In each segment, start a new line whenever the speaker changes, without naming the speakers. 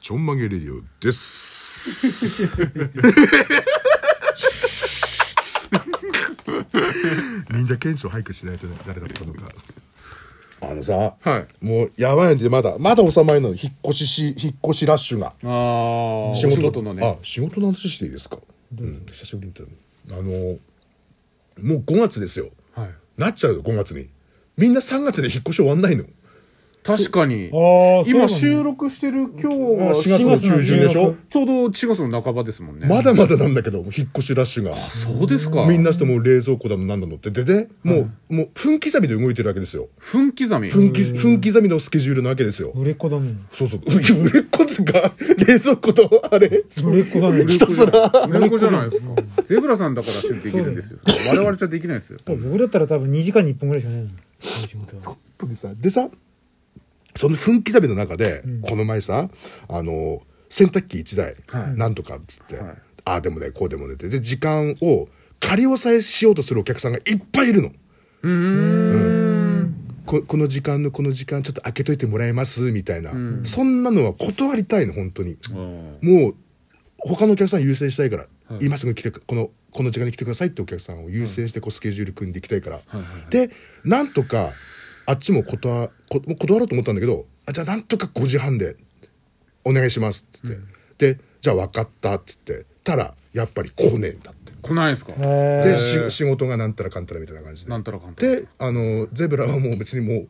ちょんまげレディオ です。忍者検証俳句しないとね、誰だったのか。あのさ、
はい
もうやばいんで、まだ、まだ収まりなの。引っ越しし、引っ越しラッシュが。
ああお仕事のね
あ、仕事の話していいですか。うん、久しぶりに見たの。あの、もう5月ですよ。
はい
なっちゃうよ、5月に。みんな3月で引っ越し終わんないの。
確かに
ああそうな
今
んだ
収録してる今日が
4月の中旬でしょ
ちょうど4月の半ばですもんね
まだまだなんだけど、引っ越しラッシュが。
そうですか
みんなしてもう冷蔵庫だの何だのってででもう、もう分刻みで動いてるわけですよ
分刻み
分刻分刻みのスケジュールなわけですよ
売れっ子だね
そうそう売れ売れっ子っつうか冷蔵庫とあれ
売れっ子 だね
ひたすら
売れっ子じゃないですかゼブラさんだからってできるんですよ我々じゃできないですよ
僕だったら多分2時間に1本ぐらいしかないのこの仕事は
でさでさその分刻みの中で、この前さあの洗濯機1台、
はい
なんとかっつって、
はい
ああでもねこうでもねってで時間を仮押さえしようとするお客さんがいっぱいいるの。
うーん
ここの時間のこの時間ちょっと開けといてもらえますみたいな、そんなのは断りたいの本当に
あー
もう他のお客さん優先したいから、
はい
今すぐ来てくこのこの時間に来てくださいってお客さんを優先してこうスケジュール組んでいきたいから、
いはいは
でなんとかあっちも断こ断ろうと思ったんだけどあじゃあなんとか5時半でお願いしますって言って、でじゃあ分かったっつってたらやっぱり来ねえんだって
来ないですか
へ
でし仕事がなんたらかんたらみたいな感じで
なんたらかんたら
であのゼブラはもう別にも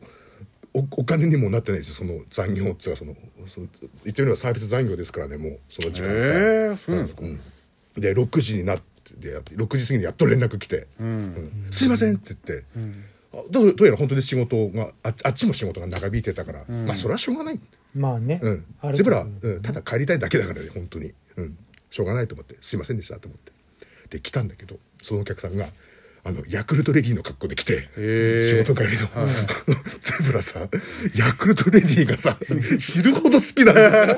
うおお金にもなってないですよその残業っていうかそのその言ってみればサービス残業ですからねもうその時間帯、
ええそうなんですか
うんで6時になってやって6時過ぎにやっと連絡来て「うんすいません」って言って、あどうどうやら本当に仕事がああっちも仕事が長引いてたから、まあそれはしょうがない、
まあね
うん
あ、れ
ゼブラ、うん、ただ帰りたいだけだからね本当に、うん、しょうがないと思ってすいませんでしたと思ってで来たんだけどそのお客さんがあのヤクルトレディの格好で来て
へー
仕事帰りの、 ゼブラさヤクルトレディがさ死ぬほど好きなんで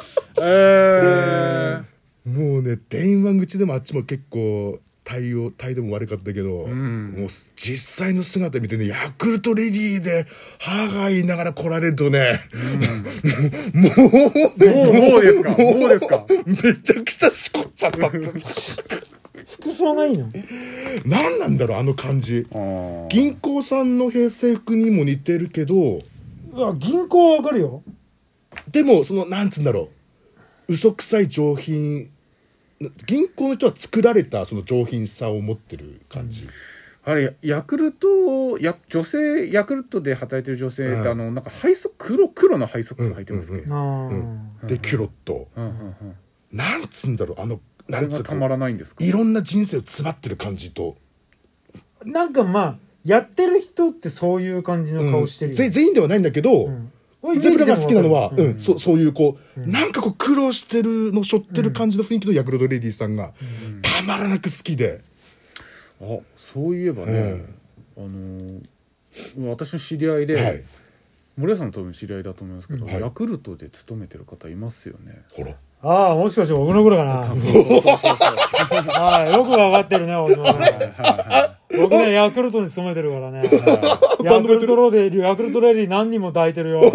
すよ
ええ
もうね電話口でもあっちも結構対応態度も悪かったけど、もう実際の姿見てねヤクルトレディで歯が言いながら来られるとね、 もう
もうもうですかもうですか
めちゃくちゃしこっちゃっ たって
服装がいいの
何なんだろうあの感じ
あー
銀行さんの平成服にも似てるけど
うわ銀行はわかるよ
でもそのなんつうんだろう嘘くさい上品銀行の人は作られたその上品さを持ってる感じ、
あれヤクルトや女性ヤクルトで働いてる女性って、
はい
あのなんかハイソ黒黒のハイソックス履いてますけ
う
ど、
ん
うん
ああ
でキュロット
うんうん
なんつうんだろうあの
あ
な
れ
んつ
が
う
たま
の
らないんですか
いろんな人生を詰まってる感じと、
なんかまあやってる人ってそういう感じの
うん
顔してるよ
ぜ全員ではないんだけど、
うん俺
ゼブラが好きなのは、う
イメージでもわかる
んそそういうこう、なんかこう苦労してるのしょってる感じの雰囲気のヤクルトレディさんが、たまらなく好きで、
あそういえばね、あのー私の知り合いで、
はい
森谷さんの多分知り合いだと思いますけど、
はい
ヤクルトで勤めてる方いますよね
ほら
ああもしかして僕の頃かな ああよくわかってるね俺のね僕ねヤクルトに勤めてるからねヤクルトロディヤクルトレディ何人も抱いてるよ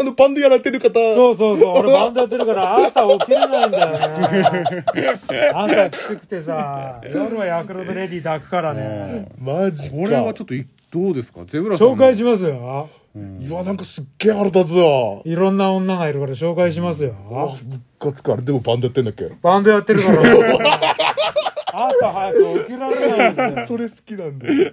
あのバンドやられてる方
そうそうそう、俺バンドやって るから朝起きれないんだよね。朝きつくてさ、夜はヤクルトレディ抱くからね。
マジか
これはちょっといどうですかゼブラさんの
紹介しますよ。
うわなんかすっげえ腹立つわ
いろんな女がいるから紹介しますよ。
あむかつくあれでもバンドやってんだっけ
バンドやってるから。朝早く起きられないんだよ。め
それ好きなんだよ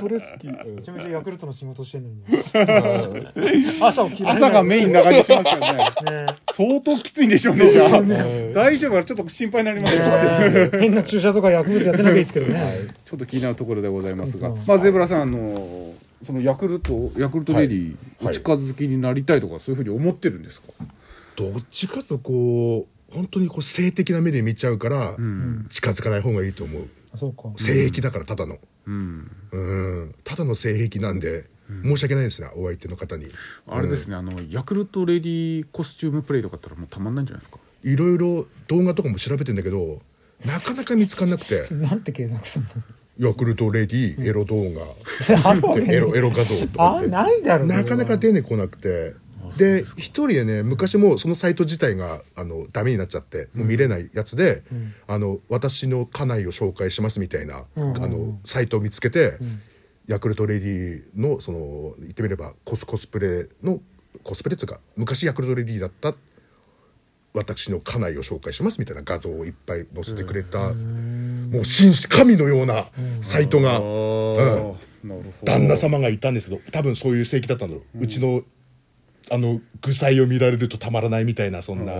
それ好き、うん
ちゃめちゃヤクルトの仕事してんのに。朝起きられない。
朝がメインな感じしますけどね
ね
相当きついんでしょうねじゃあ 大丈夫かちょっと心配になりますね
変な注射とか薬物やってなきゃいいですけどね。
ちょっと気になるところでございますが
そう、
まあ、ゼブラさん、あの、そのヤクルト、ヤクルトレディ、
はい
お近づきになりたいとか、そういうふうに思ってるんですか。
どっちかとこう本当にこう性的な目で見ちゃうから、
ん
近づかない方がいいと思う
そうか。
性癖だからただの
うん、
うんただの性癖なんで、申し訳ないですねお相手の方に
あれですね、あの、ヤクルトレディコスチュームプレイとかあったら、もうたまんないんじゃないですか。
いろいろ動画とかも調べてんだけどなかなか見つかんなくて
なんて検索すんの
ヤクルトレディエロ動画、
あるわけない
エロエロ画像とか
あ
っ、て
ないだろ。それ
な
は
かなか出てこなくて
あ
で一人でね昔もうそのサイト自体があのダメになっちゃってもう見れないやつで、
ん
あの私の家内を紹介しますみたいな、
うん
あ
うん
のサイトを見つけて、ヤクルトレディのその言ってみればコスコスプレのコスプレっていうか昔ヤクルトレディだった私の家内を紹介しますみたいな画像をいっぱい載せてくれた、もう紳士神のようなサイトが。
あーなるほど
旦那様がいたんですけど多分そういう性癖だったの、うちのあの具材を見られるとたまらないみたいなそんな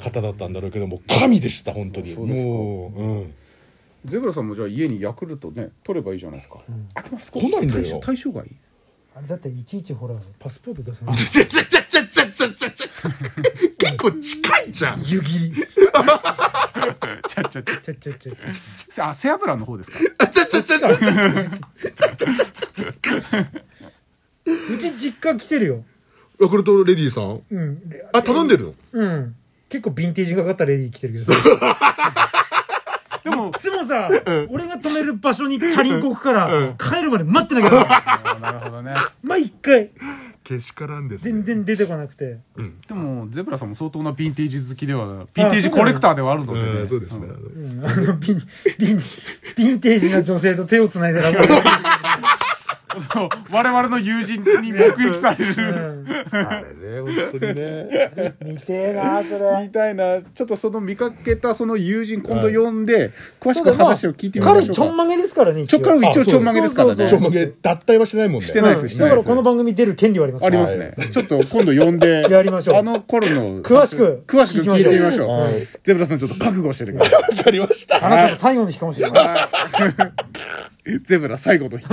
方だったんだろうけども神でした本当に
そうですか
もう、うん、
ゼブラさんもじゃあ家にヤクルトね取ればいいじゃないですか、あでもあそこ
来ないんだよ
対象対象外
あれだっていちいちほらパスポート出さない
ちゃちゃちゃちゃちゃちゃちゃちゃ結構近いじゃん
湯切り
ちゃちゃち
ちゃちゃちゃ
ゃあ背脂の方です か
あちゃちゃちゃちゃちゃちゃ
うち実家来てるよ
ヤクルトレディさん
うん
あ頼んでるの
うん結構ヴィンテージがかったレディー来てるけどい
でも
つもさ俺が止める場所にチャリンコ置くから帰るまで待ってなきゃいけない
なるほどね
毎回
けしからんです
全然出てこなくて
でもゼブラさんも相当なヴィンテージ好きではヴィンテージコレクターではあるので、ね
うんそうですね、
うんあのヴィンヴィンヴィンテージな女性と手をつないでられる
そう我々の友人に目撃される
あれね本当にね
見てえなそれ
みたいなちょっとその見かけたその友人今度呼んで詳し
そう
く
だまあ
話を聞いてみま
彼
しょう
ちょ
か
んまげですからね一
ちょ
応
っから一応
あ
ちょんまげですからね
そう
ち
そ
ょ
う
まげ脱退はしてないもんね
してないですしてないで
だから
す
この番組出る権利はあります
あ
か
り
ら
ますねちょっと今度呼んで
やりましょう
あの頃の
詳しく
詳しく聞いてみましょう
はい
ゼブラさんちょっと覚悟しててください
わかりました
あなたの最後の日かもしれない
ゼブラ最後の日